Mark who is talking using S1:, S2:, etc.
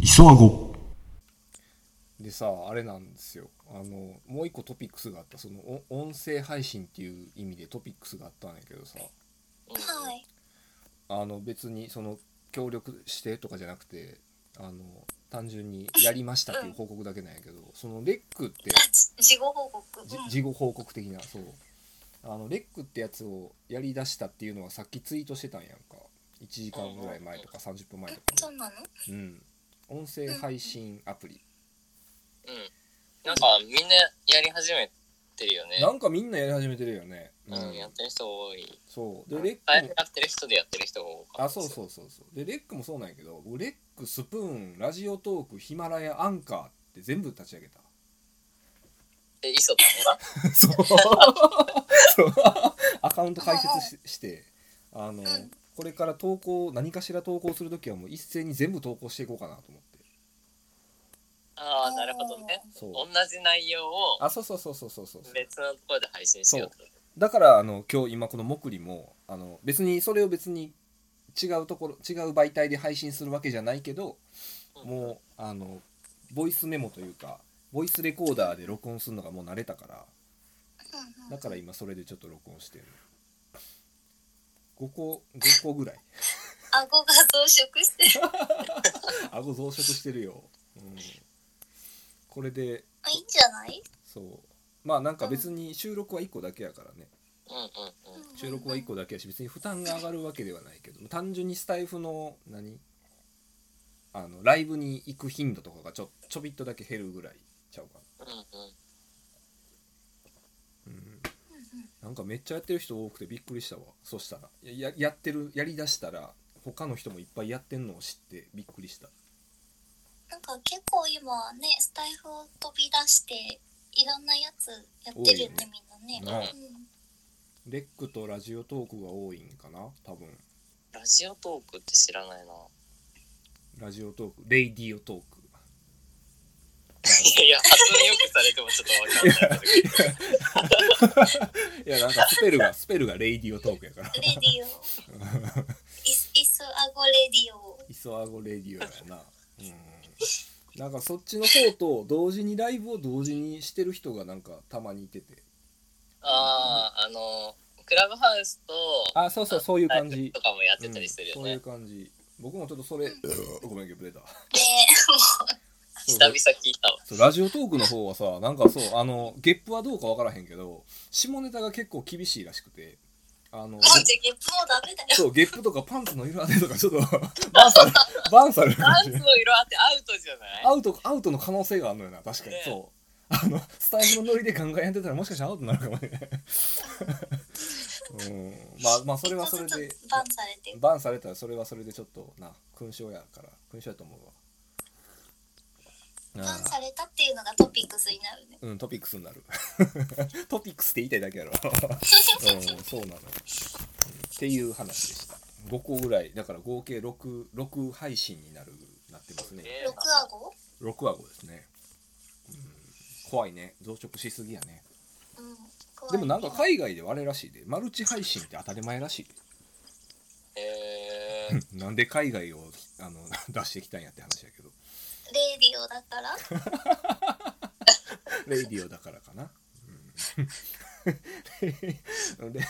S1: 磯和語
S2: でさあれなんですよあのもう一個トピックスがあったそのお音声配信っていう意味でトピックスがあったんやけどさ
S3: はい。
S2: あの別にその協力してとかじゃなくてあの単純にやりましたっていう報告だけなんやけどそのレックって
S3: あ、じ事後報告。うん
S2: じ事後報告的なそうあのレックってやつをやりだしたっていうのはさっきツイートしてたんやんか1時間ぐらい前とか30分前と
S3: え
S2: か、
S3: そうなの？
S2: にうん音声配信アプリ
S4: うん。なんかみんなやり始めてるよね。
S2: なんかみんなやり始めてるよねう
S4: うん、
S2: ん
S4: やってる人多い。
S2: そうでレッ
S4: あ
S2: ク
S4: や
S2: も
S4: ってる人でやってる人が多か
S2: あ
S4: った
S2: そうそうそうそうでレックもそうなんやけど僕レックスプーンラジオトークヒマラヤアンカーって全部立ち上 げた
S4: う。で、磯田もな。
S2: そうそう アカウント開設ししてあの
S3: ん
S2: これから投稿何かしら投稿する時はもう一斉に全部投稿していこうかなと思って
S4: ああ、なるほどね。
S2: そう
S4: 同じ内容を
S2: あそうそうそうそうそうそう
S4: 別のところで配信しようと。
S2: だからあの今日今この「もくりも」あの別にそれを別に違うところ違う媒体で配信するわけじゃないけど
S4: うん
S2: もうあのボイスメモというかボイスレコーダーで録音するのがもう慣れたから
S3: うんうん
S2: だから今それでちょっと録音してる5個5個ぐらい
S3: 顎が増殖してる。
S2: 顎増殖してるよ、うん、これで
S3: あ、いいんじゃない？
S2: そうまあなんか別に収録は1個だけやからね
S4: うんうんうん。
S2: 収録は1個だけやし別に負担が上がるわけではないけど単純にスタイフの何あのライブに行く頻度とかがちょちょびっとだけ減るぐらいちゃうか
S4: うんうん。
S2: な、うん、なんかめっちゃやってる人多くてびっくりしたわそしたらやややってるやりだしたら他の人もいっぱいやってんのを知ってびっくりした
S3: なんか結構今ね、スタイフを飛び出していろんなやつやってるよねみんなね。
S2: レックとラジオトークが多いんかな多分
S4: ラジオトークって知らない な。
S2: ラジオトークレイディオトーク
S4: いや、発音よくされてもちょっとわかんないけ ど。
S2: いやなんかスペルがスペルがレイディオトークやから
S3: うん。レデ ィオ。イスイスアゴレディオ。
S2: 磯アゴレディオやなうんなんかそっちの方と同時にライブを同時にしてる人がなんかたまにいてて
S4: ああ、あの、クラブハウスと、
S2: あそうそうそういう感
S4: ライブ
S2: じ
S4: とかもやってたりする
S2: う
S4: よ
S2: んそういう
S4: ね。
S2: 感じ僕もちょっとそれごめんゲップ出た
S3: で、
S2: そう
S4: 久々聞いたわ。
S2: そうラジオトークの方はさなんかそうあのゲップはどうかわからへんけど下ネタが結構厳しいらしくてあの
S3: もうじゃゲップもダメだよ。
S2: そうゲップとかパンツの色当てとかちょっとバンサルバンサルな
S4: ダ
S2: 感
S4: ンス
S2: じ
S4: の色あってアウトじゃない
S2: アウトアウトの可能性があるのよな確かに、
S4: ね
S2: そうあのスタイルのノリでガンガンやってたらもしかしたらアウトになるかもねうんまあまあそれはそれで
S3: 一個ずつバンされてる。
S2: バンされたらそれはそれでちょっとな勲章やから勲章やと思うわ
S3: バ
S2: あ
S3: ン
S2: あ
S3: されたっていうのがトピックスになるね。
S2: うんトピックスになるトピックスって言いたいだけやろうん そうなのよ、っていう話でした5個ぐらいだから合計 6, 6配信になるなってますね
S3: 六アゴ？
S2: 6話後ですね、うん、怖いね増殖しすぎやね
S3: うん
S2: でもなんか
S3: 怖い
S2: 海外ではあれらしいでマルチ配信って当たり前らしい
S4: えー、
S2: でなんで海外をあの 出してきたんやって話やけど
S3: レディオだから
S2: レイディオだからかな、うん、で